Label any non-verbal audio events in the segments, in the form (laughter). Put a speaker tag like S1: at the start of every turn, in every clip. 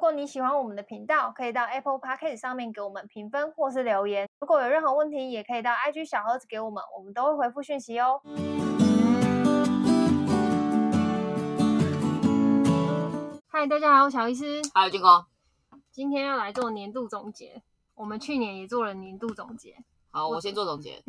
S1: 果你喜欢我们的频道，可以到 Apple Podcast 上面给我们评分或是留言。如果有任何问题，也可以到 IG 小盒子给我们，我们都会回复讯息哦。嗨，大家好，我小医师，
S2: 还有军工，
S1: 今天要来做年度总结。我们去年也做了年度总结。 (laughs)
S2: 好，我先做总结。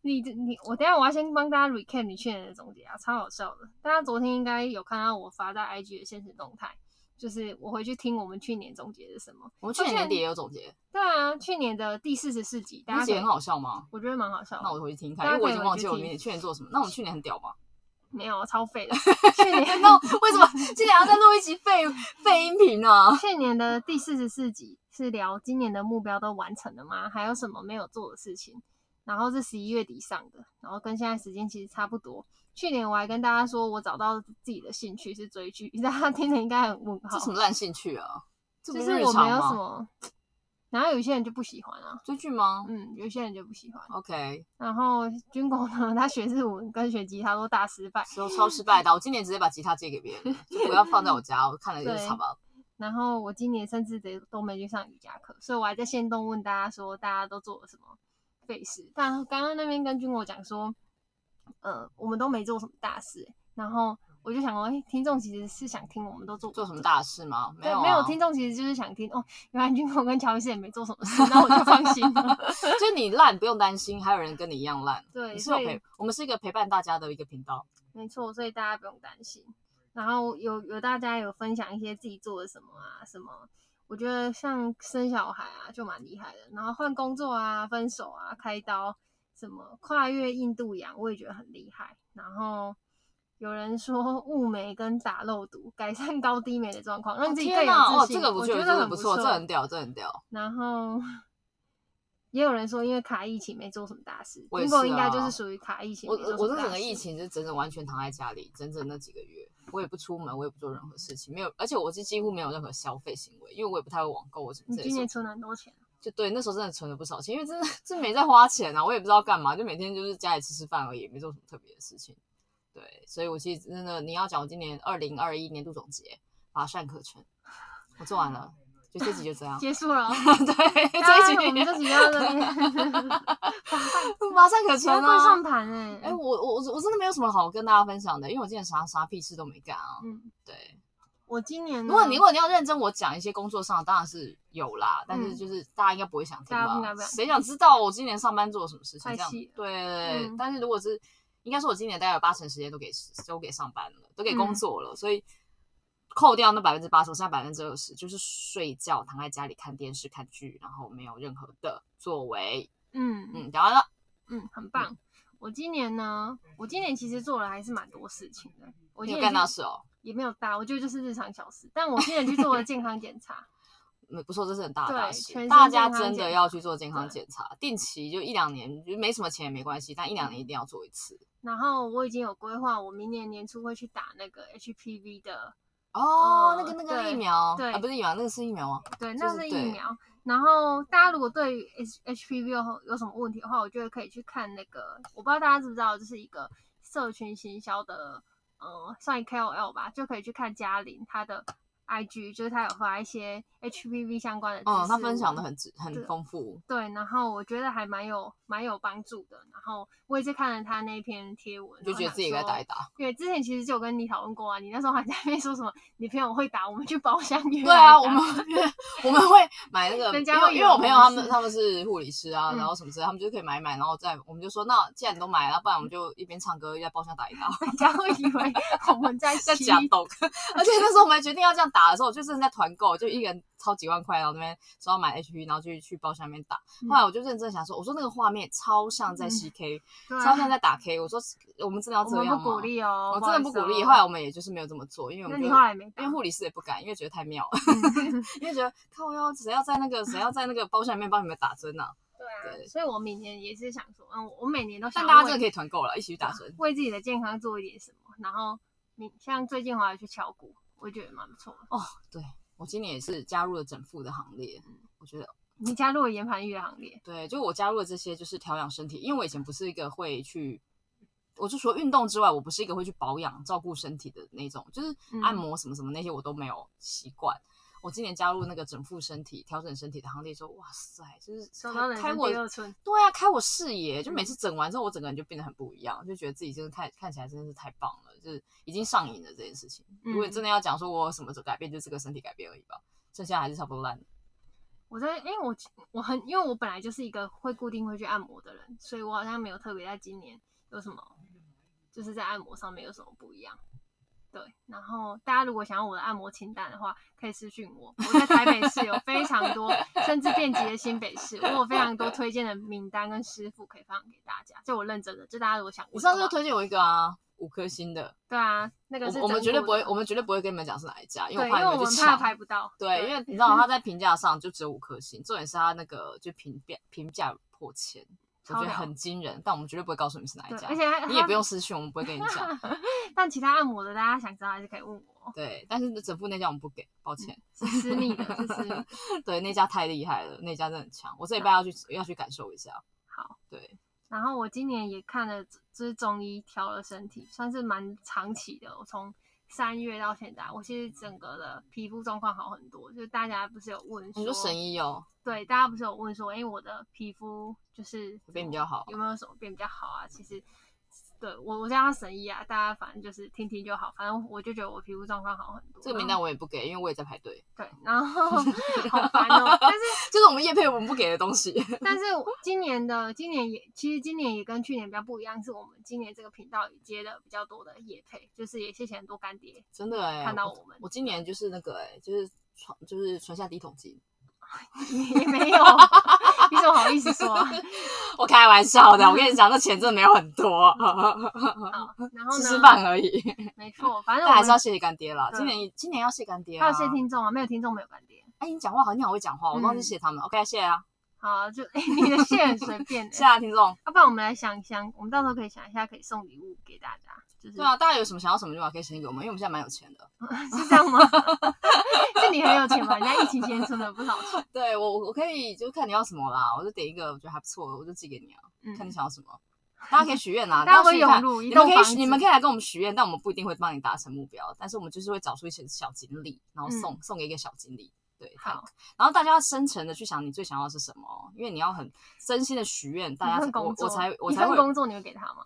S1: 你你，我等一下我要先帮大家 recap 你去年的总结啊，超好笑的。大家昨天应该有看到我发在 IG 的现实动态，就是我回去听我们去年总结的什么。
S2: 我们去年年底也有总结，
S1: 对啊，去年的第四十四集，大
S2: 那
S1: 家
S2: 集
S1: 可以
S2: 很好笑吗？
S1: 我觉得蛮好笑的。
S2: 那我回去听听
S1: 大
S2: 看，
S1: 家
S2: 因为我已
S1: 可以
S2: 经
S1: 回
S2: 忘
S1: 去
S2: 记我们
S1: 听
S2: 年去年做什么。那我们去年很屌吗？ (laughs)
S1: 没有超废的，去年 (laughs)
S2: 那为什么今年要再录一集废废音频呢？
S1: 去年的第四十四集是聊今年的目标都完成了吗？还有什么没有做的事情？然后是十一月底上的，然后跟现在时间其实差不多。去年我还跟大家说我找到自己的兴趣是追剧，大家听着应该很问号
S2: 这，什么烂兴趣啊？这不
S1: 就是
S2: 日
S1: 我没
S2: 常
S1: 有什
S2: 吗？
S1: 么，然后有些人就不喜欢啊，
S2: 追剧吗
S1: 嗯，有些人就不喜欢。
S2: ？OK，
S1: 然后军狗呢，他学日文跟学吉他都大失败，
S2: 超超失败的。我今年直接把吉他借给别人了，就不要放在我家，我看了就
S1: 对
S2: 差不多。
S1: 然后我今年甚至得都没去上瑜伽课，所以我还在线动问大家说大家都做了什么费事。但刚刚那边跟军国讲说，呃，我们都没做什么大事、然后我就想说，哎、听众其实是想听我们都做
S2: 做什么。大事吗？没
S1: 对，
S2: 有，啊
S1: 没有。听众其实就是想听哦，原来军国跟乔伊斯也没做什么事，那我就放心了。
S2: (laughs) 就你烂不用担心，还有人跟你一样烂。
S1: 对，
S2: 你是
S1: 所
S2: 有
S1: 以
S2: 陪，我们是一个陪伴大家的一个频道。
S1: 没错，所以大家不用担心。然后有有大家有分享一些自己做的什么啊，什么，我觉得像生小孩啊就蛮厉害的，然后换工作啊、分手啊、开刀，什么跨越印度洋，我也觉得很厉害。然后有人说雾眉跟打肉毒，改善高低眉的状况，让自己更
S2: 哦天
S1: 有
S2: 哪，
S1: 自
S2: 哇，
S1: 信。
S2: 这个
S1: 我
S2: 觉
S1: 觉
S2: 得
S1: 得
S2: 真的
S1: 很
S2: 不
S1: 错，
S2: 错，这很屌，这很屌。
S1: 然后也有人说，因为卡疫情没做什么大事，
S2: 我也
S1: 英国
S2: 是
S1: 应该就
S2: 啊
S1: 是属于卡疫情
S2: 我
S1: 没做
S2: 我
S1: 什么
S2: 我
S1: 大
S2: 这
S1: 事。
S2: 整个疫情是整整完全躺在家里，整整那几个月，我也不出门，我也不做任何事情，没有，而且我是几乎没有任何消费行为，因为我也不太会网购，我什么
S1: 你
S2: 之类
S1: 今
S2: 的
S1: 年。存了很多钱。
S2: 就对，那时候真的存了不少钱，因为真的真没在花钱啊，我也不知道干嘛，就每天就是家里吃吃饭而已，也没做什么特别的事情。对，所以我其实真的，你要讲我今年二零二一年度总结，乏善可陈，我做完了，就这集就这样。
S1: 结束 (laughs) 了哦。
S2: (laughs) 对，
S1: 大家
S2: 这一集
S1: 我们这集要这边， (laughs)
S2: (laughs) 乏善可陈
S1: 全会
S2: 啊。
S1: 上盘哎、
S2: 哎、我我我我真的没有什么好跟大家分享的，因为我今年啥啥屁事都没干啊。
S1: 嗯，
S2: 对，
S1: 我今年呢
S2: 如果你如果你要认真我讲一些工作上，当然是有啦，但是
S1: 嗯
S2: 就是大家应该不会想听
S1: 大家不应
S2: 吧
S1: 该不？想
S2: 谁想知道我今年上班做了什么事情？
S1: 太
S2: 这样
S1: 细
S2: 对
S1: 了
S2: 对对
S1: 嗯
S2: 但是如果是应该说，我今年大概有八成时间都给都给上班了，都给
S1: 嗯
S2: 工作了，所以扣掉那百分之八十，我剩下百分之二十就是睡觉，躺在家里看电视、看剧，然后没有任何的作为。
S1: 嗯嗯
S2: 嗯，讲完了。
S1: 嗯，很棒。我今年呢，我今年其实做了还是蛮多事情的。我
S2: 你
S1: 今
S2: 有
S1: 年
S2: 干
S1: 去
S2: 大事哦？
S1: 也没有大，我觉得就是日常小事。但我今年去做了健康检查，
S2: 嗯，不错，这是很大的
S1: 对
S2: 大
S1: 全
S2: 事，
S1: 身
S2: 大家
S1: 健康
S2: 真
S1: 检
S2: 的要
S1: 查
S2: 去做健康
S1: 对
S2: 检查，定期就一两年，就没什么钱也没关系，但一两年一定要做一次。
S1: 然后我已经有规划，我明年年初会去打那个 HPV 的，
S2: 哦，那
S1: 呃
S2: 个那个
S1: 对
S2: 疫苗，
S1: 对
S2: 啊，不是疫苗，那个是疫苗吗？
S1: 对，
S2: 就
S1: 那
S2: 是
S1: 是疫
S2: 对
S1: 苗。然后大家如果对于 H HPV 有有什么问题的话，我觉得可以去看那个，我不知道大家知不知道，就是一个社群行销的，呃，算 KOL 吧，就可以去看嘉玲她的 IG，就是她有发一些 HPV 相关的知识文，
S2: 嗯，他分享的很值
S1: 对
S2: 很丰富，
S1: 对，然后我觉得还蛮有蛮有帮助的。然后我也是看了她那篇贴文，
S2: 就
S1: 然后
S2: 觉得
S1: 想
S2: 自己该
S1: 说
S2: 打一
S1: (laughs)
S2: 打。
S1: 对，之前其实就有跟你讨论过啊，你那时候还在那边说什么，你朋友会打，我们去包厢约
S2: 对
S1: 来
S2: 啊，我
S1: 打
S2: 们我们会买那个，
S1: 人
S2: 因
S1: 家
S2: 为
S1: 会
S2: 因
S1: 有
S2: 为我朋友
S1: 我
S2: 他
S1: 们
S2: 们
S1: 是
S2: 他们是护理师啊，
S1: 嗯
S2: 然后什么之类，他们就可以买一买，然后再我们就说，那既然你都买了，不然我们就一边唱歌一边在包厢打一打。
S1: 人家会以
S2: (laughs)
S1: 为我们在
S2: 在
S1: 吸
S2: 假抖， (laughs) 而且那时候我们还决定要这样打的时候，我就真的在团购，就一个人超几万块，然后那边说要买 HP，然后去去包厢那边打。
S1: 嗯
S2: 后来我就认真想说，我说那个画面超像在
S1: 嗯
S2: CK，、
S1: 对啊
S2: 超像在打 K，我说我们真的要这
S1: 我们
S2: 样
S1: 不
S2: 吗？
S1: 鼓励哦，
S2: 我
S1: 好
S2: 真的不
S1: 意思
S2: 鼓励。
S1: 哦
S2: 后来我们也就是没有这么做，因为我
S1: 那
S2: 们就
S1: 你后来嗯没打
S2: 因为护理师也不敢，因为觉得太妙了，
S1: (laughs)
S2: 因为觉得靠腰谁要在那个谁要在那个包厢里面帮你们打针啊？
S1: (laughs) 对啊，
S2: 对
S1: 所以我每年也是想说，嗯，我每年都想
S2: 但大
S1: 要
S2: 家真的
S1: 为
S2: 可以团购了，一起去打针。
S1: 为自己的健康做一点什么。然后你像最近我还去敲鼓，我觉得蛮不错的。
S2: 我今年也是加入了整副的行列，我觉得。
S1: 你加入了研盘乐行列，
S2: 对，就我加入了这些，就是调养身体，因为我以前不是一个会去，我就除了运动之外，我不是一个会去保养、照顾身体的那种，就是
S1: 嗯
S2: 按摩什么什么那些我都没有习惯。我今年加入那个整复身体、调整身体的行列之后，哇塞，就是
S1: 走到人
S2: 开
S1: 生
S2: 我
S1: 第二春，
S2: 对啊，开我视野，就每次整完之后，我整个人就变得很不一样，就觉得自己真的看看起来真的是太棒了，就是已经上瘾了这件事情。如果
S1: 嗯
S2: 你真的要讲说我有什么改变，就这个身体改变而已吧，剩下还是差不多烂的。
S1: 我在，因为我我很，因为我本来就是一个会固定会去按摩的人，所以我好像没有特别在今年有什么，就是在按摩上面有什么不一样。对，然后大家如果想要我的按摩清单的话，可以私讯我。我在台北市有非常多， (laughs) 甚至遍及了新北市，我有非常多推荐的名单跟师傅可以分享给大家。就我认真的，就大家如果想问的
S2: 你
S1: 话，
S2: 上次就推荐我一个啊，五颗星的，
S1: 对啊，那个是
S2: 我我们
S1: 整
S2: 绝对
S1: 骨
S2: 不会，
S1: 的
S2: 我们绝对不会跟你们讲是哪一家，因
S1: 对，
S2: 为
S1: 因
S2: 我怕
S1: 为
S2: 你
S1: 我
S2: 们
S1: 们
S2: 去
S1: 怕
S2: 抢。
S1: 排不嗯到。
S2: 对，因为你知道他在评价上就只有五颗星，重点是他那个就评价评价破千，我
S1: 超
S2: 觉得
S1: 屌
S2: 很惊人，但我们绝对不会告诉你是哪一
S1: 对，
S2: 家
S1: 而，且它
S2: 你也不用私讯，我们不会跟你讲。
S1: (laughs) 但其他按摩的大家想知道还是可以问我，
S2: 对，但是整副那家我们不给，抱歉。
S1: 嗯是私密的，是
S2: (laughs)
S1: 私密的。
S2: 对，那家太厉害了，那家真的很强，我这礼拜要去要去感受一下。
S1: 好，
S2: 对，
S1: 然后我今年也看了，就是中医调了身体，算是蛮长期的。我从三月到现在，我其实整个的皮肤状况好很多。就是大家不是有问
S2: 你
S1: 说，
S2: 说神医哦，
S1: 对，大家不是有问说，哎、我的皮肤就是
S2: 变比较好
S1: 有没有什么变比较好啊？其实，对我我叫他神医啊，大家反正就是听听就好。反正我就觉得我皮肤状况好很多。
S2: 这个名单我也不给，因为我也在排队。
S1: 对，然后
S2: (laughs)
S1: 好烦哦。但是
S2: 就是我们叶配我们不给的东西。
S1: 但是我今年的今年也，其实今年也跟去年比较不一样，是我们今年这个频道也接的比较多的业配，就是也谢谢很多干爹。
S2: 真的哎、
S1: 看到
S2: 我
S1: 我们
S2: 我今年就是那个哎、就是传就是传下第一桶金，
S1: 也没有， (laughs) 你怎么好意思说、啊？
S2: (laughs)
S1: (laughs)
S2: 我开玩笑的，我跟你讲，那钱真的没有很多， (laughs)
S1: 好，然后
S2: 吃
S1: 呢？
S2: 吃饭而已。
S1: 没错，反正
S2: 但
S1: 我
S2: 还是要
S1: 们
S2: 谢谢干爹啦，
S1: 对
S2: 今年今年要谢干爹、啊。
S1: 还有谢。听众啊，没有听众没有干爹。
S2: 哎、你讲话好，你好会讲话，我忘记
S1: 嗯
S2: 谢他们。OK，谢啊，
S1: 好
S2: (laughs)
S1: 啊，就、 (laughs) 哎你的谢很随便、
S2: 谢
S1: 欸，
S2: 啊，听众。
S1: 要不然我们来想一想，我们到时候可以想一下，可以送礼物给大家，就是
S2: 对啊，大家有什么想要什么就把可以先给我们，因为我们现在蛮有钱的。 (laughs)
S1: 是这样吗？ (laughs) 是你很有钱吗？人家疫情先存了不少钱，
S2: 对我，我我可以就看你要什么啦，我就点一个我觉得还不错的，我就寄给你啊，看你
S1: 嗯，
S2: 想要什么，大家可以许愿啦，
S1: (laughs) 大家会
S2: 许愿看
S1: 涌入一
S2: 你
S1: 栋
S2: 们可
S1: 房
S2: 以
S1: 子，
S2: 许，你们可以来跟我们许愿，但我们不一定会帮你达成目标，但是我们就是会找出一些小锦鲤，然后送、送给一个小锦鲤。对，
S1: 嗯好，
S2: 然后大家要深层的去想你最想要的是什么哦，因为你要很真心的许愿，大
S1: 一
S2: 家
S1: 份
S2: 才我
S1: 工作，
S2: 我才我
S1: 一
S2: 才
S1: 份
S2: 会，
S1: 工作你会给他吗？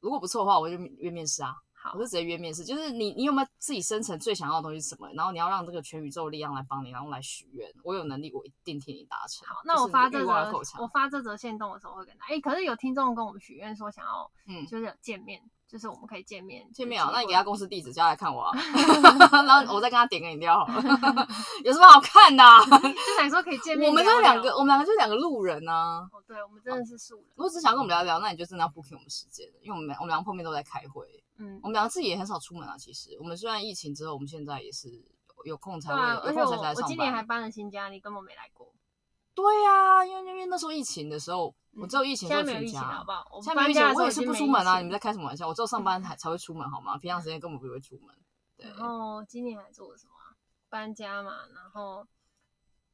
S2: 如果不错的话，我就约面试啊，
S1: 好
S2: 我，就直接约面试。就是你你有没有自己深层最想要的东西是什么？然后你要让这个全宇宙力量来帮你，然后来许愿。我有能力，我一定替你达成。
S1: 好，
S2: 就
S1: 那
S2: 是
S1: 我
S2: 你
S1: 发
S2: 的
S1: 这
S2: 欲
S1: 则
S2: 望要够强
S1: 我发这则线动的时候会跟他，哎、可是有听众跟我们许愿说想要
S2: 嗯，
S1: 就是有见面，就是我们可以见面，
S2: 见面啊，那你给
S1: 他
S2: 他公司地址，叫他来看我啊，
S1: (laughs)
S2: 然后我再跟他点个饮料好了， (laughs) 有什么好看的、啊？
S1: 就想说可以见面，
S2: 我们就是两个，，我们两个就是两个路人啊。
S1: 哦，对，我们真的是素人，
S2: 如果只想跟我们聊一聊，那你就真的要 booking 我们时间了，因为我们我们两个碰面都在开会，
S1: 嗯
S2: 我，们两个自己也很少出门啊。其实我们虽然疫情之后，我们现在也是有有空才
S1: 对
S2: 会、
S1: 啊，
S2: 有
S1: 而且
S2: 空
S1: 我
S2: 才才来
S1: 我今
S2: 上
S1: 年还
S2: 班。
S1: 搬了新家，你根本没来过，
S2: 对啊，因为因为那时候疫情的时候，我只有疫情
S1: 嗯现
S2: 的时候
S1: 在没有
S2: 全
S1: 疫情
S2: 家
S1: 了好
S2: 啊。
S1: 不好？我
S2: 现在
S1: 们
S2: 没有疫
S1: 搬
S2: 情
S1: 家，的时
S2: 我
S1: 候
S2: 也
S1: 已
S2: 是
S1: 经
S2: 不
S1: 没
S2: 出
S1: 疫
S2: 门啊！
S1: 情
S2: 你们在开什么玩笑？我只有上班才才会出门好吗？平常时间根本不会出门。对，
S1: 然后今年还做了什么啊、搬家嘛，然后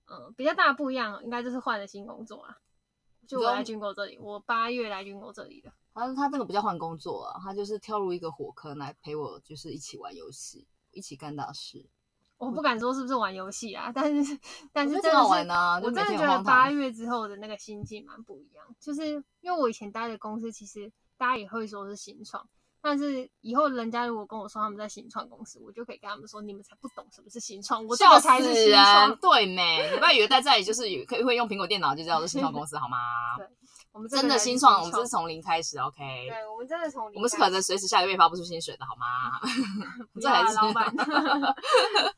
S1: 嗯，比较大的不一样，应该就是换了新工作啊。就
S2: 你
S1: 我
S2: 知道
S1: 来军购这里，我八月来军购这里的。
S2: 他他那个不叫换工作啊，他就是跳入一个火坑来陪我，就是一起玩游戏，一起干大事。
S1: 我不敢说是不是玩游戏啊，但是但是
S2: 我觉得
S1: 真的
S2: 挺好
S1: 是
S2: 玩啊就
S1: 我
S2: 每
S1: 真的
S2: 天
S1: 觉
S2: 很
S1: 得
S2: 荒
S1: 八
S2: 唐
S1: 月之后的那个心境蛮不一样，就是因为我以前待的公司其实大家也会说是新创，但是以后人家如果跟我说他们在新创公司，我就可以跟他们说你们才不懂什么是新创，我这
S2: 笑
S1: 个
S2: 死
S1: 才是新
S2: 人
S1: 创，，
S2: 对没？你不要以为待在就是有可以会用苹果电脑就知道是新创公司好吗？
S1: (laughs) 对我们这
S2: 真
S1: 个
S2: 的
S1: 才
S2: 新创，
S1: 创，
S2: 我们是从零开始，OK？
S1: 对，我们真的从
S2: 我们是
S1: 零开
S2: 可能随时下个月发不出薪水的好
S1: (laughs)
S2: 吗？
S1: 不
S2: 这
S1: 要
S2: 才
S1: 啊，
S2: 是
S1: 老
S2: (laughs)
S1: 板。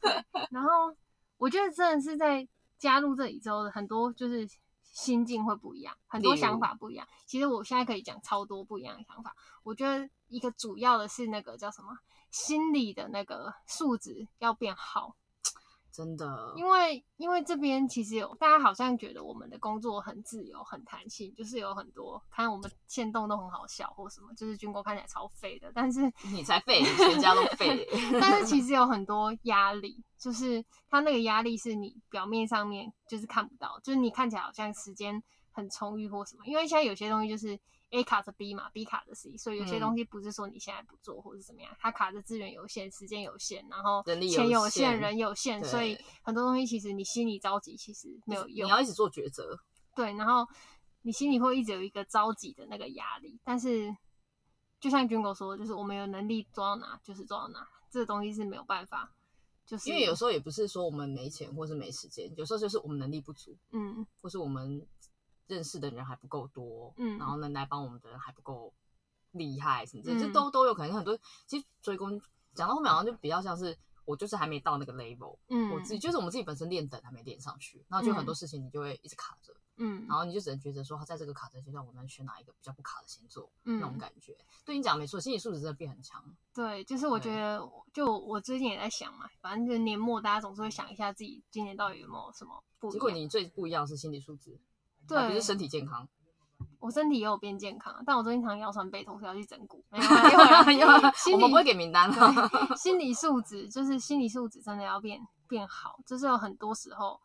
S1: 对然后我觉得真的是在加入这里之后，很多就是心境会不一样，很多
S2: 例如
S1: 想法不一样。其实我现在可以讲超多不一样的想法。我觉得一个主要的是那个叫什么心理的那个素质要变好，
S2: 真的，
S1: 因为因为这边其实有大家好像觉得我们的工作很自由、很弹性，就是有很多看我们线动都很好笑或什么，就是军工看起来超废的，但是
S2: 你才废，你全家都
S1: (laughs)
S2: 废。
S1: 但是其实有很多压力，就是他那个压力是你表面上面就是看不到，就是你看起来好像时间很充裕或什么，因为现在有些东西就是 A 卡着 B 嘛，B 卡着 C，所以有些
S2: 嗯
S1: 东西不是说你现在不做或者怎么样，它卡着资源有限、时间有限，然后
S2: 人力
S1: 钱
S2: 有
S1: 有限、
S2: 限
S1: 人有限，所以
S2: 对
S1: 很多东西其实你心里着急其实没有
S2: 你
S1: 用
S2: 要。一直做抉择。
S1: 对，然后你心里会一直有一个着急的那个压力，但是就像军狗说的，就是我们有能力做到哪就是做到哪，这个东西是没有办法，就是
S2: 因为有时候也不是说我们没钱或是没时间，有时候就是我们能力不足，
S1: 嗯
S2: 或是我们认识的人还不够多，
S1: 嗯
S2: 然后能来帮我们的人还不够厉害，什么之类的，这
S1: 嗯
S2: 都都有可能。很多其实追工讲到后面好像就比较像是我就是还没到那个 level，、
S1: 嗯，
S2: 我自己就是我们自己本身练等还没练上去，然后就很多事情你就会一直卡着，
S1: 嗯
S2: 然后你就只能抉择说，在这个卡着阶段，我能选哪一个比较不卡的先做，那种
S1: 嗯，
S2: 感觉。对你讲没错，心理素质真的变很强，
S1: 对，就是我觉
S2: 对
S1: 得我，就我最近也在想嘛，反正就是年末大家总是会想一下自己今年到底有没有什么不一
S2: 结果
S1: 样。
S2: 你最不一样的是心理素质，而不
S1: 对
S2: 是，身体健康。
S1: 我身体也有变健康，啊但我最近常腰酸背痛，是要去整骨。没有
S2: (laughs)
S1: 啊没有啊
S2: 有啊
S1: 心
S2: 我们
S1: 理
S2: 不会给名单了。
S1: 对 (laughs) 心理素质就是心理素质真的要变变好，就是有很多时候，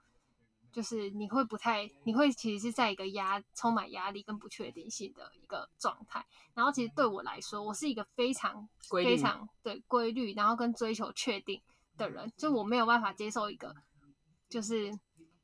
S1: 就是你会不太，你会其实是在一个压充满压力跟不确定性的一个状态。然后其实对我来说，我是一个非常
S2: 规律
S1: 非常对规律，然后跟追求确定的人，就我没有办法接受一个就是。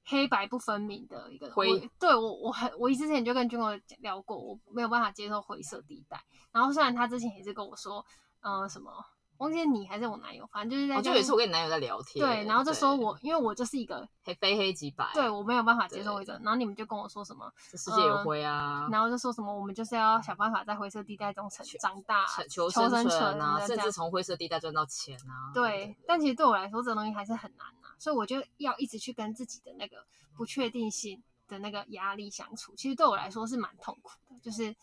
S1: 黑白不分明的一个，
S2: 灰
S1: 我对我我很我之前就跟军哥聊过，我没有办法接受灰色地带。然后虽然他之前也是跟我说，呃，什么忘记是你还是我男友，反正就是在
S2: 啊 (laughs) 我哦
S1: 跟、
S2: 就有一次我跟你男友在聊天，
S1: 对，然后就说
S2: 对
S1: 我因为我就是一个
S2: 黑非黑即白，
S1: 对呃我没有办法接
S2: 对
S1: 受灰色，然后你们就跟我说什么，
S2: 这世界有灰啊，
S1: 然后就说什么我们就是要想办法在灰色地带中成长大，
S2: 成求
S1: 求生
S2: 存啊，甚
S1: 存这
S2: 至
S1: 样
S2: 从灰色地带赚到钱啊，等
S1: 对
S2: 等，
S1: 但其实对我来说，这东西还是很难啊，所以我就要一直去跟自己的那个不确定性的那个压力相处。其实对我来说是蛮痛苦的，就是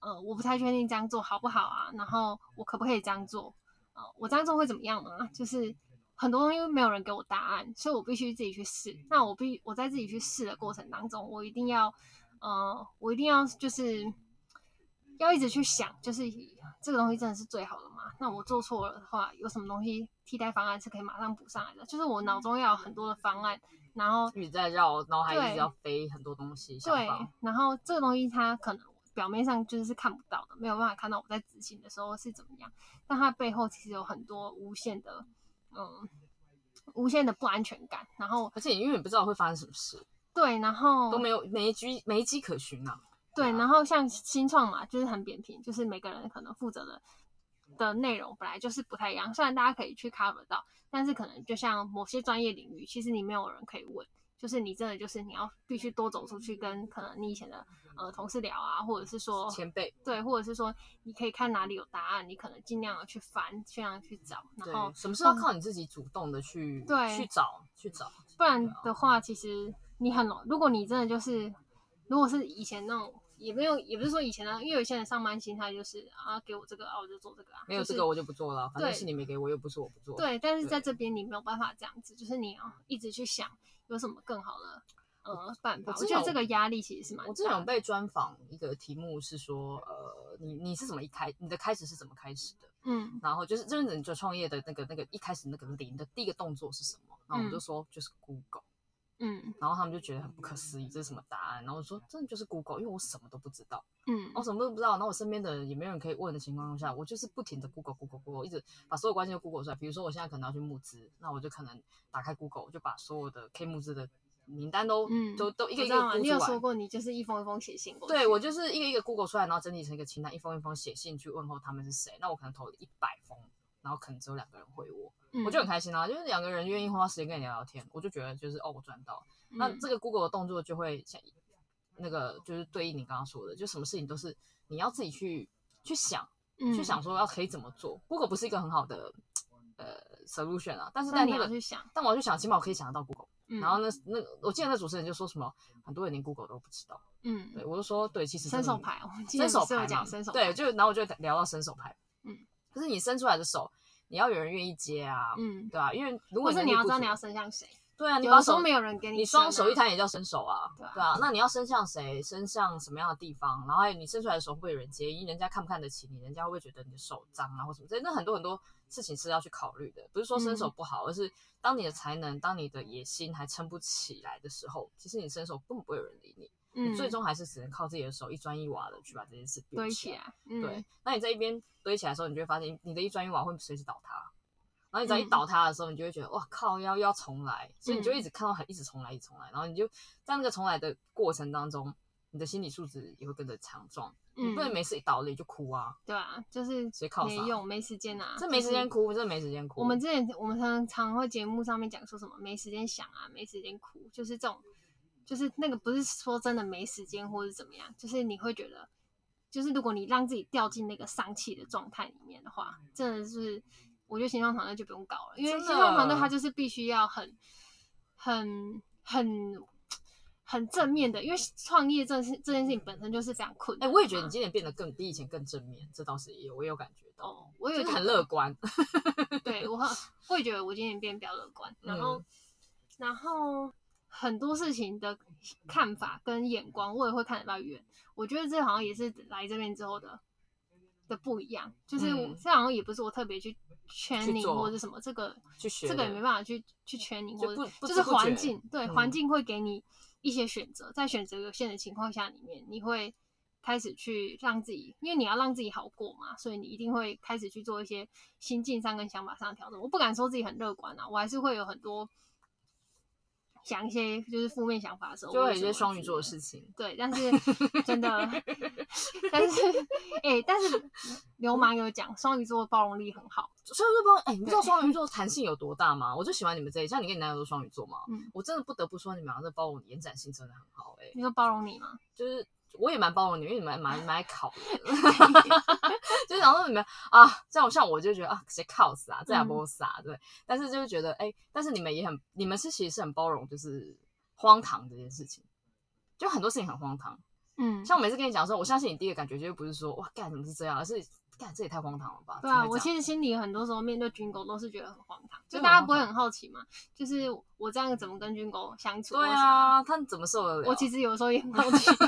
S1: 呃，我不太确定这样做好不好啊，然后我可不可以这样做？呃，我这样做会怎么样呢？就是很多东西没有人给我答案，所以我必须自己去试。那我必我在自己去试的过程当中，我一定要呃，我一定要就是要一直去想，就是这个东西真的是最好的吗？那我做错了的话，有什么东西替代方案是可以马上补上来的？就是我脑中要有很多的方案，然后
S2: 一直在绕，脑海一直
S1: 对
S2: 要飞很多东西，嗯想
S1: 对
S2: 法，
S1: 然后这个东西它可能表面上就是是看不到的，没有办法看到我在执行的时候是怎么样，但它背后其实有很多无限的，嗯，无限的不安全感。然后
S2: 而且你永远不知道会发生什么事，
S1: 对，然后
S2: 都没有没迹没迹可循啊。
S1: 对，
S2: 啊
S1: 然后像新创嘛，就是很扁平，就是每个人可能负责的的内容本来就是不太一样。虽然大家可以去 cover 到，但是可能就像某些专业领域，其实你没有人可以问，就是你真的就是你要必须多走出去，跟可能你以前的呃同事聊啊，或者是说
S2: 前辈，
S1: 对，或者是说你可以看哪里有答案，你可能尽量的去翻，尽量地去找，然后哦
S2: 对，什么事要靠你自己主动的去
S1: 对
S2: 去找去找，啊
S1: 不然的话，其实你很容，如果你真的就是，如果是以前那种，也没有，也不是说以前那种，啊因为有些人上班心态就是啊，给我这个啊，我就做这个啊，
S2: 没有
S1: 就
S2: 这
S1: 是
S2: 个我就不做了，反正
S1: 对
S2: 是你没给我，又不是我不做。
S1: 对，但是在
S2: 对
S1: 这边你没有办法这样子，就是你要一直去想有什么更好的呃办法。
S2: 我
S1: 我
S2: 之
S1: 觉得
S2: 前
S1: 这
S2: 有
S1: 个压力其实是蛮
S2: 啊我之前
S1: 大
S2: 有
S1: 的
S2: 被专访，一个题目是说，呃，你你是怎么一开，你的开始是怎么开始的？
S1: 嗯
S2: 然后就是就是你做创业的那个那个一开始那个零的第一个动作是什么？然后我就说就是 Google，、
S1: 嗯
S2: 然后他们就觉得很不可思议，这是什么答案？然后我说真的就是 Google，因为我什么都不知道，
S1: 嗯
S2: 我什么都不知道，然后我身边的人也没有人可以问的情况下，我就是不停的 Google Google Google，一直把所有关键都 Google 出来。比如说我现在可能要去募资，那我就可能打开 Google，我就把所有的 K 募资的名单都、
S1: 嗯，
S2: 都都一个
S1: 我
S2: 一
S1: 知
S2: 个
S1: 道
S2: 勾
S1: 啊
S2: 出来。
S1: 你有说过你就是一封一封写信过去，
S2: 对我就是一个一个 Google 出来，然后整理成一个清单，一封一封写信去问候他们是谁。那我可能投了一百封，然后可能只有两个人回我，
S1: 嗯，
S2: 我就很开心啊，就是两个人愿意花时间跟你聊聊天，我就觉得就是哦，我赚到了。那
S1: 嗯
S2: 这个 Google 的动作就会像那个就是对应你刚刚说的，就什么事情都是你要自己去去想，去
S1: 嗯
S2: 想说要可以怎么做。Google 不是一个很好的呃 solution 啊，但是
S1: 那
S2: 在
S1: 你
S2: 那
S1: 要
S2: 个
S1: 去想，
S2: 但我要去想，起码我可以想得到 Google。
S1: 嗯
S2: 然后那那个我记得那主持人就说什么，很多人连 Google 都不知道。
S1: 嗯
S2: 对，我就说对，其实
S1: 伸
S2: 真的
S1: 手牌，我们
S2: 伸
S1: 今天
S2: 手
S1: 是有
S2: 牌
S1: 讲
S2: 嘛
S1: 伸手牌，
S2: 对，就然后我就聊到伸手牌，
S1: 嗯，
S2: 可是你伸出来的手，你要有人愿意接啊，
S1: 嗯。
S2: 对啊，因为如
S1: 或
S2: 果
S1: 是
S2: 能
S1: 你
S2: 力
S1: 要
S2: 不
S1: 知道
S2: 足
S1: 你要伸向谁，
S2: 对啊，你
S1: 有
S2: 把
S1: 的时候
S2: 手
S1: 没有人给
S2: 你
S1: 你
S2: 双
S1: 伸
S2: 手一
S1: 啊
S2: 摊也叫伸手啊，
S1: 对啊
S2: 对啊，那你要伸向谁，伸向什么样的地方，然后还有你伸出来的手会不会有人接，因为人家看不看得起你，人家会不会觉得你的手脏啊或什么之类，那很多很多事情是要去考虑的，不是说伸手
S1: 嗯
S2: 不好，而是当你的才能、当你的野心还撑不起来的时候，其实你伸手根本不会有人理你。
S1: 嗯，
S2: 你最终还是只能靠自己的手一砖一瓦的去把这件事
S1: 堆
S2: 变
S1: 起
S2: 起来。
S1: 来，嗯，
S2: 对，那你在一边堆起来的时候，你就会发现你的一砖一瓦会随时倒塌，然后你只要一
S1: 嗯
S2: 倒塌的时候，你就会觉得哇靠，要要重来，所以你就
S1: 嗯
S2: 一直看到很一直重来，一直重来，然后你就在那个重来的过程当中，你的心理素质也会跟着强壮，你不能
S1: 嗯，
S2: 每次一倒了你就哭啊，
S1: 对啊，就是
S2: 谁靠
S1: 没
S2: 啥
S1: 用，没时间啊，
S2: 这没时间
S1: 哭。
S2: 哭，这没时间哭。
S1: 我们之前我们常常会节目上面讲说什么没时间想啊，没时间哭，就是这种，就是那个不是说真的没时间或是怎么样，就是你会觉得，就是如果你让自己掉进那个丧气的状态里面的话，真的是，我觉得形状团队就不用搞了，因为
S2: 真的
S1: 形状团队它就是必须要很、很、很、很正面的，因为创业这事这件事情本身就是非常困
S2: 哎、
S1: 难的嘛。
S2: 我也觉得你今年变得更比以前更正面，这倒是也有，我也有感觉到，
S1: 哦，我也
S2: 就是
S1: 觉
S2: 很
S1: 得
S2: 乐观。 (laughs)
S1: 对我很，我也觉得我今年变比较乐观，然后、
S2: 嗯
S1: 然后很多事情的看法跟眼光，我也会看得到远。我觉得这好像也是来这边之后的的不一样，就是我、
S2: 嗯
S1: 这好像也不是我特别去圈你
S2: 做
S1: 或者什么，这个
S2: 去学
S1: 这个也
S2: 的
S1: 没办法去去圈你，
S2: 嗯就
S1: 或者
S2: 不不
S1: 就
S2: 知
S1: 是
S2: 不
S1: 环
S2: 觉
S1: 境对
S2: 嗯
S1: 环境会给你一些选择，在选择有限的情况下里面，你会开始去让自己，因为你要让自己好过嘛，所以你一定会开始去做一些心境上跟想法上的调整。我不敢说自己很乐观啊，我还是会有很多想一些就是负面想法的时候，
S2: 就
S1: 我
S2: 会有
S1: 什
S2: 一
S1: 么
S2: 些双
S1: 之
S2: 鱼座的
S1: 类
S2: 事情。
S1: 对，但是真
S2: (laughs)
S1: 的，但是哎、但是
S2: 嗯
S1: 流氓有讲双鱼座包容力很好，
S2: 双鱼座帮，哎、你知道双鱼座弹性有多大吗？我就喜欢你们这一，像你跟你男友都双鱼座嘛，
S1: 嗯
S2: 我真的不得不说你们两个包容延展性真的很好、哎，
S1: 你说包容你吗？
S2: 就是我也蛮包容你们，因为你们蛮蛮爱考的， (laughs) 就是想说你们啊，这样像我就觉得啊，谁靠死啊，这
S1: 嗯
S2: 也不傻、对，但是就是觉得哎、但是你们也很，你们是其实是很包容，就是荒唐这件事情，就很多事情很荒唐，
S1: 嗯，
S2: 像我每次跟你讲说，我相信你第一个感觉就是不是说哇干怎么是这样，而是干这也太荒唐了吧？
S1: 对啊，
S2: 怎么
S1: 我
S2: 会这
S1: 其
S2: 样
S1: 实心里很多时候面对军狗都是觉得很荒唐，就
S2: 真的
S1: 大家
S2: 很
S1: 不会
S2: 荒
S1: 很好奇嘛，就是我这样怎么跟军狗相处？
S2: 对，啊，他怎么受得了？
S1: 我其实有时候也很好奇，
S2: (laughs)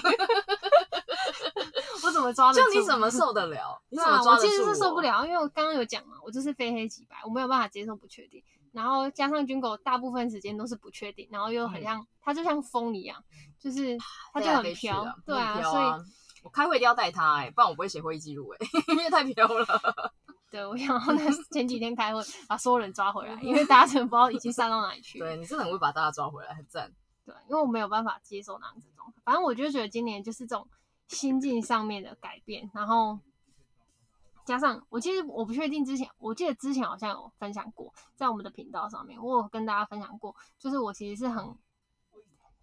S1: 我怎么抓得
S2: 就
S1: 住？
S2: 你怎么受得 (laughs) 了？你
S1: 对
S2: 怎
S1: 啊
S2: 么抓
S1: 我
S2: 得
S1: 其
S2: 住？
S1: 实是受不。了，因为我刚刚有讲嘛，我就是非黑即白，我没有办法接受不确定。然后加上军狗大部分时间都是不确定，然后又很
S2: 嗯啊
S1: 像、它就像风一样，就是它
S2: 飞
S1: 就
S2: 来
S1: 很
S2: 飞去
S1: 飘
S2: 的，
S1: 对
S2: 很
S1: 啊，
S2: 飘
S1: 所以
S2: 我开会一定要带他哎、不然我不会写会议记录哎， (laughs) 因为太飘了。
S1: 对我想要那前几天开会把所有人抓回来，因为大家真的不知道已经散到哪里去
S2: (laughs)
S1: 了。
S2: 对你真的很会把大家抓回来，很赞。
S1: 对，因为我没有办法接受那样子的状态。反正我就觉得今年就是这种心境上面的改变，然后加上我其实我不确定之前，我记得之前好像有分享过，在我们的频道上面，我有跟大家分享过，就是我其实是很。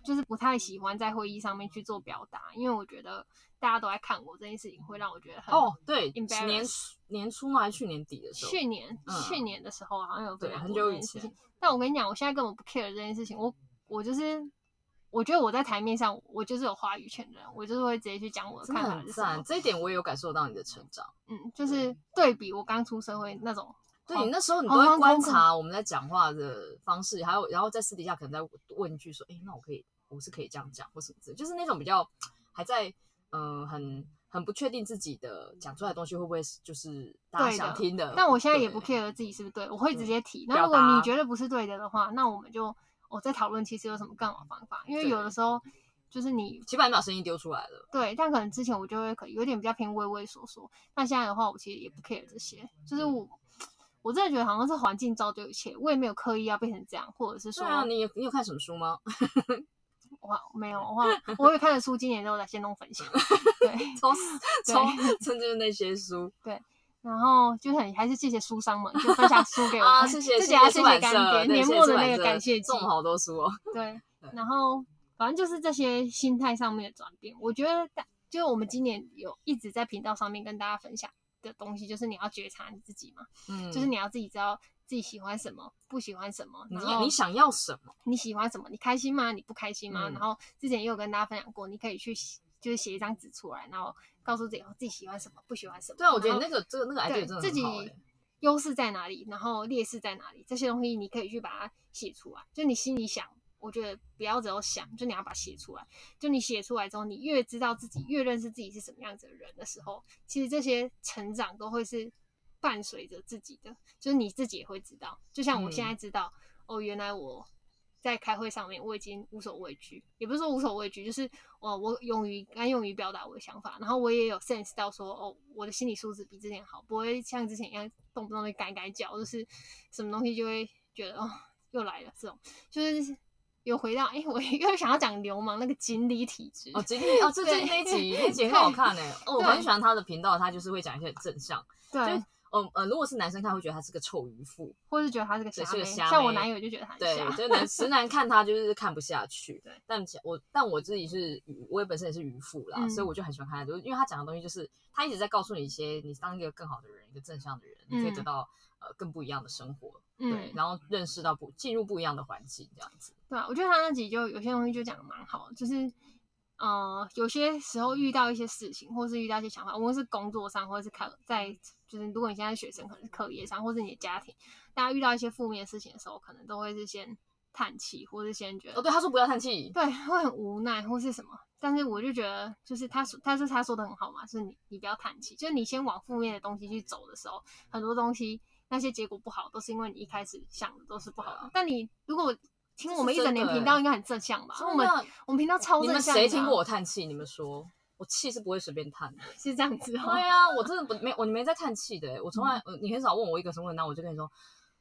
S1: 就是不太喜欢在会议上面去做表达，因为我觉得大家都在看我这件事情，会让我觉得很。
S2: 哦，对，
S1: embarrassed
S2: 年初年初嘛，还是去年底的时候，
S1: 去年、
S2: 嗯
S1: 去年的时候好像有分
S2: 对
S1: 享
S2: 很
S1: 过
S2: 久
S1: 这
S2: 以
S1: 件事
S2: 前
S1: 情，但我跟你讲，我现在根本不 care 这件事情，我我就是我觉得我在台面上我就是有话语权的人，我就是会直接去讲我的
S2: 真的
S1: 看法
S2: 很
S1: 是什么
S2: 赞。，这一点我也有感受到你的成长。
S1: 嗯，就是对比我刚出社会那种，
S2: 对
S1: 好
S2: 你那时候你
S1: 好
S2: 都会
S1: 像
S2: 观
S1: 公共
S2: 察我们在讲话的方式，还有然后在私底下可能再问一句说，哎，那我可以，我是可以这样讲或什么之类，就是那种比较还在嗯、呃很很不确定自己的讲出来的东西会不会是就是大家
S1: 对的
S2: 想听的。
S1: 但我现在也不
S2: 呃对
S1: care 自己是不是对，我会直
S2: 嗯
S1: 接提。那
S2: 表
S1: 如果你
S2: 达
S1: 觉得不是对的的话，那我们就我在讨论其实有什么更好的方法，因为
S2: 对
S1: 有的时候就是你
S2: 起码你把声音丢出来了，
S1: 对，但可能之前我就会可有点比较偏畏畏缩缩，但现在的话，我其实也不 care 这些，就是
S2: 嗯
S1: 我我真的觉得好像是环境造就一切，我也没有刻意要变成这样，或者是
S2: 对
S1: 说，
S2: 啊，你有你有看什么书
S1: (laughs)
S2: 吗？
S1: 我
S2: (laughs)
S1: 没有我我也看的书，今年都有在先弄分享，对，
S2: 从
S1: 对 (laughs)
S2: 从真就是那些书
S1: 然后就很还是谢谢书商们就分享书给我
S2: 啊，
S1: 们
S2: 谢谢
S1: 自己
S2: 谢
S1: 要谢
S2: 出
S1: 谢
S2: 版
S1: 干
S2: 社，对
S1: 爹年
S2: 谢谢
S1: 末
S2: 出
S1: 的
S2: 版
S1: 那个
S2: 社
S1: 感谢
S2: 送
S1: 季
S2: 我好多书
S1: (laughs)
S2: 哦，
S1: 对
S2: 对，
S1: 然后反正就是这些心态上面的转变，我觉得大就是我们今年有一直在频道上面跟大家分享的东西，就是你要觉察你自己嘛。
S2: 嗯，
S1: 就是你要自己知道自己喜欢什么，不喜欢什么，
S2: 你
S1: 然后
S2: 你想要什么？
S1: 你喜欢什么，你开心吗？你不开心吗？
S2: 嗯
S1: 然后之前也有跟大家分享过，你可以去写就是写一张纸出来，然后告诉自己哦自己喜欢什么，不喜欢什么。
S2: 对啊，我觉得
S1: 然
S2: 你
S1: 后
S2: 那个这个那个 idea
S1: 对
S2: 真的
S1: 自己
S2: 很好哎。
S1: 优势在哪里，然后劣势在哪里，这些东西你可以去把它写出来，就你心里想。我觉得不要只有想，就你要把它写出来。就你写出来之后，你越知道自己，越认识自己是什么样子的人的时候，其实这些成长都会是伴
S2: 嗯
S1: 随着自己的，就是你自己也会知道。就像我现在知道，哦，原来我在开会上面我已经无所畏惧，也不是说无所畏惧，就是我我勇于敢勇于表达我的想法，然后我也有 sense 到说哦，我的心理素质比之前好，不会像之前一样动不动的改改脚，就是什么东西就会觉得哦又来了这种，就是有回到哎、诶我又想要讲流氓那个锦鲤体质
S2: 哦，今天哦，这这
S1: (laughs) 对
S2: 那一集那一集很好看哎、哦，我
S1: 对
S2: 很喜欢他的频道，他就是会讲一些很正向，就
S1: 对，
S2: 嗯呃，如果是男生看会觉得他是个臭渔夫，
S1: 或是觉得他是个
S2: 对
S1: 虾
S2: 是
S1: 妹，
S2: 个虾
S1: 像我
S2: 妹
S1: 男友就觉得他
S2: 对
S1: 很，虾，
S2: 就是男直男看他就是看不下去。
S1: (laughs) 对，
S2: 但其我但我自己是渔，我也本身也是渔夫啦，
S1: 嗯
S2: 所以我就很喜欢看他，就是因为他讲的东西就是他一直在告诉你一些你当一个更好的人，一个正向的人，你可以得
S1: 嗯
S2: 到呃更不一样的生活，对
S1: 嗯，，
S2: 然后认识到不进入不一样的环境这样子。
S1: 对啊，我觉得他那集就有些东西就讲的蛮好的，就是呃，有些时候遇到一些事情，或是遇到一些想法，无论是工作上，或者是考在，就是如果你现在是学生，可能是课业上，或是你的家庭，大家遇到一些负面的事情的时候，可能都会是先叹气，或是先觉得
S2: 哦，对，他说不要叹气，
S1: 对，会很无奈或是什么。但是我就觉得，就是他说，他说他说的很好嘛，就是你你不要叹气，就是你先往负面的东西去走的时候，很多东西那些结果不好，都是因为你一开始想的都是不好
S2: 对啊
S1: 的。但你如果听
S2: 这
S1: 我
S2: 是
S1: 们一
S2: 真
S1: 整年
S2: 的欸
S1: 频道，应该很正向吧？我
S2: 真
S1: 们
S2: 的啊
S1: 我们频道超
S2: 你
S1: 正
S2: 们
S1: 向的、啊。
S2: 谁听过我？叹气？你们说我气是不会随便叹的。
S1: 是这样子哦。
S2: (laughs) 对啊，我真的不没我没在叹气的欸、我从来、呃你很少问我一个什么问题，那我就跟你说，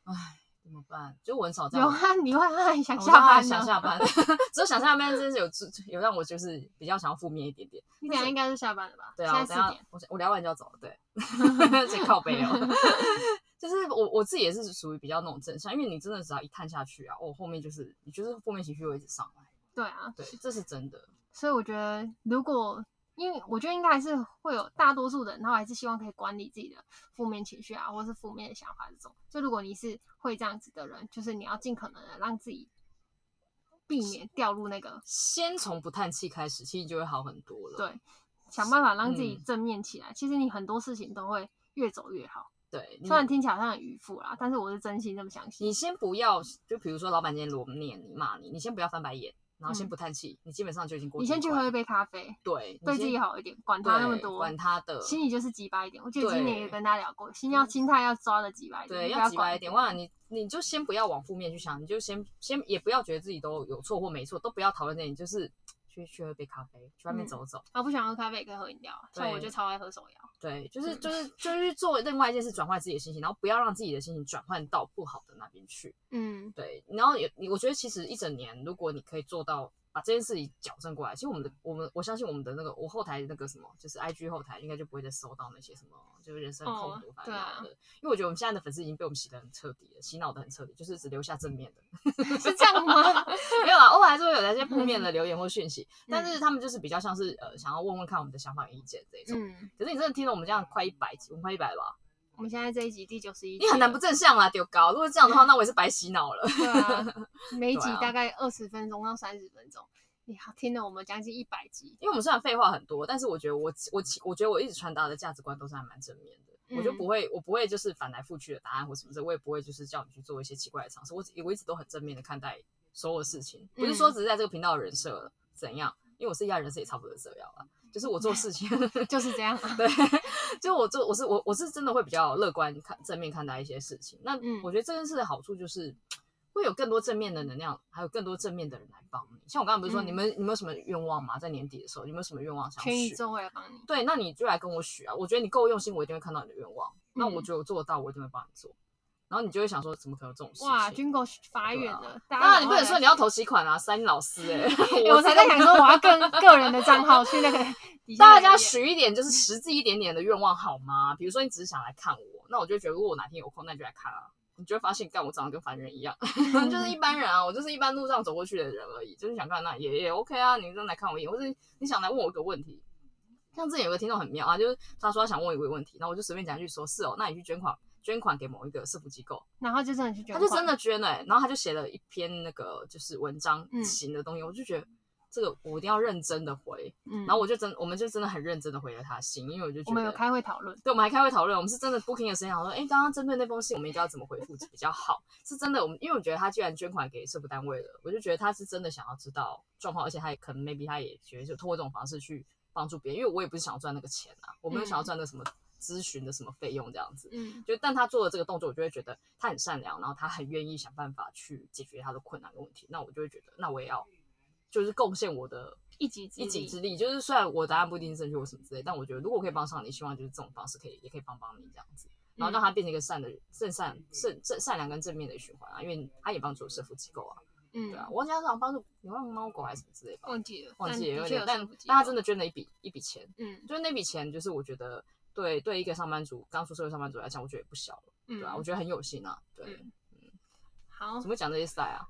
S2: 唉，怎么办？就我很少这样
S1: 有
S2: 问。
S1: 啊，你会啊，想
S2: 我
S1: 下班
S2: 就
S1: 了
S2: 想。下班， (laughs) 只有想下班，真是有有让我就是比较想要负面一点点。
S1: 你等一下应该是下班了吧？
S2: 对啊，我
S1: 现
S2: 等
S1: 在
S2: 一
S1: 四
S2: 下
S1: 点。
S2: 我我聊完就要走了，对， (laughs) 这靠背哦。就是我我自己也是属于比较那种正向，因为你真的只要一探下去啊，哦，后面就是你就是负面情绪会一直上来，
S1: 对啊，
S2: 对，这是真的。
S1: 所以我觉得，如果因为我觉得应该还是会有大多数的人，他还是希望可以管理自己的负面情绪啊，或是负面的想法这种。就如果你是会这样子的人，就是你要尽可能的让自己避免掉入那个
S2: 先从不叹气开始，其实就会好很多了。
S1: 对，想办法让自己
S2: 嗯
S1: 正面起来。其实你很多事情都会越走越好。
S2: 对，你
S1: 虽然听起来好像很迂腐啦，但是我是真心这么相
S2: 嗯你
S1: 信。
S2: 先不要，就比如说老板今天罗念你骂你，你先不要翻白眼，然后先
S1: 嗯
S2: 不叹气，你基本上就已经过
S1: 你
S2: 这
S1: 先
S2: 一
S1: 去
S2: 关
S1: 喝一杯咖啡，
S2: 对，你
S1: 对自
S2: 先
S1: 己好一点，管他那么
S2: 对
S1: 多，
S2: 管他的，
S1: 心里就是急白一点。我记得今年也
S2: 对嗯
S1: 跟大家聊过，心要心态要抓的急白一点，
S2: 对，
S1: 你
S2: 要
S1: 不
S2: 直
S1: 管
S2: 白一点。哇，你你就先不要往负面去想，你就先先也不要觉得自己都有错或没错，都不要讨论这点，就是去去喝杯咖啡，去外面
S1: 嗯
S2: 走走。
S1: 啊，不想喝咖啡也可以喝饮料啊，像我
S2: 对
S1: 就超爱喝手摇。
S2: 对，就是
S1: 嗯
S2: 就是就是做另外一件事，转换自己的心情，然后不要让自己的心情转换到不好的那边去。
S1: 嗯，
S2: 对，然后也你我觉得其实一整年，如果你可以做到。把这件事情矫正过来，其实我们的我们我相信我们的那个我后台那个什么，就是 I G 后台应该就不会再收到那些什么就是人生
S1: 哦
S2: 痛苦烦
S1: 对啊
S2: 恼的，因为我觉得我们现在的粉丝已经被我们洗得很彻底了，洗脑的很彻底，就是只留下正面
S1: (laughs)
S2: 的，
S1: (laughs) 是这样
S2: (laughs)
S1: 吗？
S2: 没有啦，偶尔还是会有那些负面的留言或讯息，
S1: 嗯
S2: 但是他们就是比较像是呃想要问问看我们的想法与意见这一种。
S1: 嗯，
S2: 可是你真的听了我们这样快一百集，我们快一百吧，
S1: 我们现在这一集第九十一，
S2: 你很难不正向啦，啊丢高。如果这样的
S1: (laughs)
S2: 话，那我也是白洗脑了。
S1: 对啊，
S2: (laughs)
S1: 每一集
S2: 对啊
S1: 大概二十分钟到三十分钟，你好听了我们将近一百集。
S2: 因为我们虽然废话很多，但是我觉得我我我觉得我一直传达的价值观都是还蛮正面的。
S1: 嗯
S2: 我就不会，我不会就是反来覆去的答案或什么的，我也不会就是叫你去做一些奇怪的尝试。我只我一直都很正面的看待所有事情，不是
S1: 嗯
S2: 说只是在这个频道的人设怎样，因为我私底下人设也差不多是这样啦，就是我做事情
S1: (laughs) 就是这样啊，
S2: 对， (laughs) 就我做我是我我是真的会比较乐观看正面看待一些事情。那
S1: 嗯
S2: 我觉得这件事的好处就是会有更多正面的能量，还有更多正面的人来帮你。像我刚刚不是说、你
S1: 嗯
S2: 们你们有什么愿望吗？在年底的时候，你们有什么愿望想
S1: 全宇
S2: 许？
S1: 宙会来帮你。
S2: 对，那你就来跟我许啊！我觉得你够用心，我一定会看到你的愿望。那我
S1: 嗯
S2: 觉得我做得到，我一定会帮你做。然后你就会想说，怎么可能有这种事情？
S1: 哇，军狗发
S2: 对
S1: 远
S2: 啊
S1: 了，
S2: 当
S1: 当
S2: 然你不能说你要投洗款啊，三老师
S1: (laughs)
S2: 哎、
S1: 我才在想说我要个个人的账
S2: (laughs)
S1: 号去那个底下
S2: 大
S1: 留
S2: 家
S1: 言
S2: 许一点
S1: 嗯
S2: 就是实际一点点的愿望好吗？比如说你只是想来看我，那我就觉得如果我哪天有空，那你就来看啊。你就会发现，干我长得跟凡人一样， (laughs) 就是一般人啊，我就是一般路上走过去的人而已，就是想看那也也 OK 啊，你真的来看我一眼，或是你想来问我一个问题。像之前有个听众很妙啊，就是他说他想问我一个问题，然后我就随便讲一句说，是哦，那你去捐款捐款给某一个社福机构，
S1: 然后就真的去捐
S2: 他
S1: 款，
S2: 就真的捐了、欸然后他就写了一篇那个就是文章
S1: 嗯
S2: 型的东西，我就觉得这个我一定要认真的回，
S1: 嗯，
S2: 然后我就真，我们就真的很认真的回了他的信，因为我就
S1: 我
S2: 觉
S1: 们有
S2: 得，
S1: 开会讨论，
S2: 对，我们还开会讨论，我们是真的 booking 的时间，想说，哎，刚刚针对那封信，我们应该要怎么回复比较好？是真的，我们因为我觉得他既然捐款给社福单位了，我就觉得他是真的想要知道状况，而且他也可能 maybe 他也觉得就通过这种方式去帮助别人，因为我也不是想要赚那个钱啊，我没有想要赚那个什么咨询的什么费用这样子。
S1: 嗯
S2: 就但他做了这个动作，我就会觉得他很善良，然后他很愿意想办法去解决他的困难跟问题。那我就会觉得，那我也要就是贡献我的
S1: 一己之
S2: 一己
S1: 力
S2: 之力。就是虽然我答案不一定是正确或什么之类，但我觉得如果我可以帮上你，希望就是这种方式可以也可以帮帮你这样子，然
S1: 嗯
S2: 后让他变成一个善的人正善正正善良跟正面的循环啊，因为他也帮助了社福机构啊，
S1: 嗯
S2: 对啊，，我家长帮助你忘了猫狗还是什么之类吧，
S1: 忘记了，
S2: 忘记
S1: 但
S2: 了有
S1: 的确
S2: 点，
S1: 有
S2: 但
S1: 收不及
S2: 但他
S1: 到
S2: 真的捐了一笔一笔钱，
S1: 嗯
S2: 就是那笔钱，就是我觉得对对一个上班族刚出社会上班族来讲，我觉得也不小了，
S1: 嗯，
S2: 对啊，我觉得很有心啊，对，
S1: 嗯好
S2: 怎，么讲这些赛啊？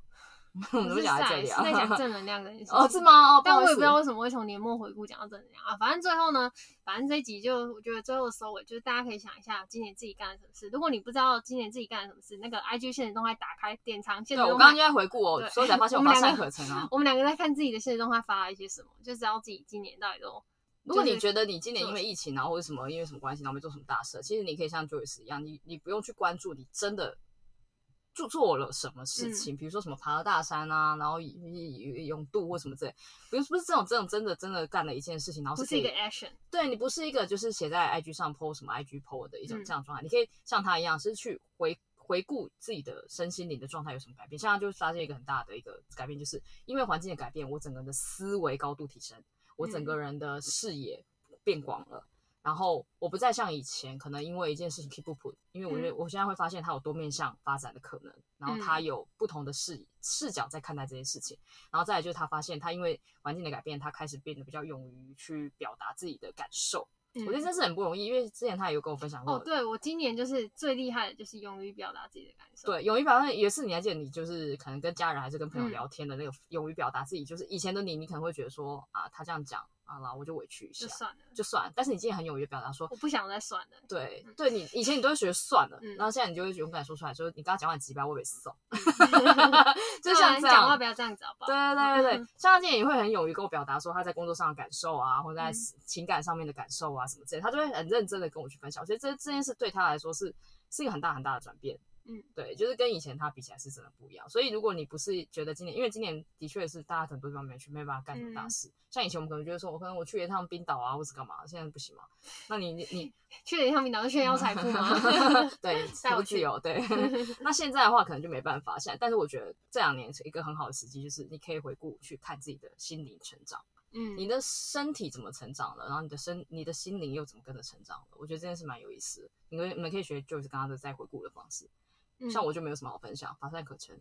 S2: (laughs) 怎
S1: 我
S2: 么讲在这里啊？
S1: 在讲正能量的
S2: (laughs) 哦，是？吗？哦，
S1: 但
S2: 好
S1: 我
S2: 意
S1: 也不知道
S2: 思
S1: 为什么会从年末回顾讲到正能量啊。反正最后呢，反正这一集就我觉得最后收尾，就是大家可以想一下今年自己干了什么事。如果你不知道今年自己干了什么事，那个 IG 现实动态打开典藏现
S2: 对
S1: 实
S2: 我
S1: 动
S2: 刚刚
S1: 态
S2: 就。在回顾哦，
S1: 对
S2: 所以才发现
S1: 我
S2: 我
S1: 们
S2: 发
S1: 两个
S2: 晒合成啊。
S1: (laughs) 我们两个在看自己的现实动态发了一些什么，就知道自己今年到底
S2: 哦
S1: 都
S2: 如果
S1: 就
S2: 你
S1: 是
S2: 觉得你今年
S1: 做
S2: 因为疫情，然后或者什么因为什么关系，然后没做什么大事，其实你可以像 Joyce 一样，你你不用去关注你真的做做了什么
S1: 嗯
S2: 事情，比如说什么爬了大山啊，然后泳渡或什么之类，不是不是这种这种真的真的干了一件事情，然后
S1: 不
S2: 可
S1: 是
S2: 以
S1: 一个 action。
S2: 对你不是一个就是写在 IG 上 po 什么 IG po 的一种
S1: 嗯
S2: 这样的状态，你可以像他一样是去回回顾自己的身心灵的状态有什么改变。像他就发现一个很大的一个改变，就是因为环境的改变，我整个人的思维高度提升，我整个人的视野变广了。然后我不再像以前，可能因为一件事情 keep 不住，因为我觉得我现在会发现它有多面向发展的可能，然后它
S1: 嗯
S2: 有不同的视视角在看待这件事情。然后再来就是他发现他因为环境的改变，他开始变得比较勇于去表达自己的感受。
S1: 嗯
S2: 我觉得这是很不容易，因为之前他也有跟我分享过，
S1: 哦，对我今年就是最厉害的，就是勇于表达自己的感受。
S2: 对，勇于表达也是你还记得你就是可能跟家人还是跟朋友
S1: 嗯
S2: 聊天的那个勇于表达自己，就是以前的你，你可能会觉得说啊，他这样讲啊，然后我就委屈一下
S1: 就算了，
S2: 就算了，但是你今天很勇于表达说。
S1: 我不想再算了。
S2: 对，对你以前你都会觉得算了，
S1: 嗯
S2: 然后现在你就会勇敢说出来，就是你刚刚讲完几百，我也送，就 (laughs)
S1: 那我
S2: 像
S1: 们
S2: 这
S1: 啊讲话
S2: 样
S1: 不，要这样子，好不好？
S2: 对啊对
S1: 嗯
S2: 对对，像他今天也会很勇于跟我表达说他在工作上的感受啊，或者在
S1: 嗯
S2: 情感上面的感受啊什么之类，他就会很认真的跟我去分享。我觉得这这件事对他来说是是一个很大很大的转变。
S1: 嗯，
S2: 对，就是跟以前他比起来是真的不一样。所以如果你不是觉得今年，因为今年的确是大家很多方面去没办法干什么大
S1: 嗯
S2: 事，像以前我们可能觉得说我可能我去一趟冰岛啊，或是干嘛，现在不行嘛。那你你
S1: (laughs)
S2: 你
S1: 去了一趟冰岛是炫耀财富吗？
S2: (laughs) 对，
S1: (laughs) 带
S2: 财
S1: 我
S2: 务
S1: 去
S2: 自由。对，那现在的话可能就没办法。现在，但是我觉得这两年是一个很好的时机，就是你可以回顾去看自己的心灵成长，
S1: 嗯，
S2: 你的身体怎么成长了，然后你的身、你的心灵又怎么跟着成长了。我觉得这件事蛮有意思的，你们你们可以学就是刚刚的在回顾的方式。
S1: 嗯
S2: 像我就没有什么好分享，乏善可陈。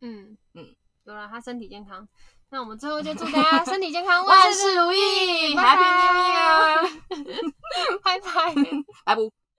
S1: 嗯嗯
S2: 嗯，
S1: 有了，他身体健康。那我们最后就祝
S2: (laughs)
S1: 大家身体健康，
S2: 万
S1: 万
S2: 事
S1: 事
S2: 如意
S1: 拜
S2: ，Happy New Year！
S1: 拜拜。
S2: 拜拜。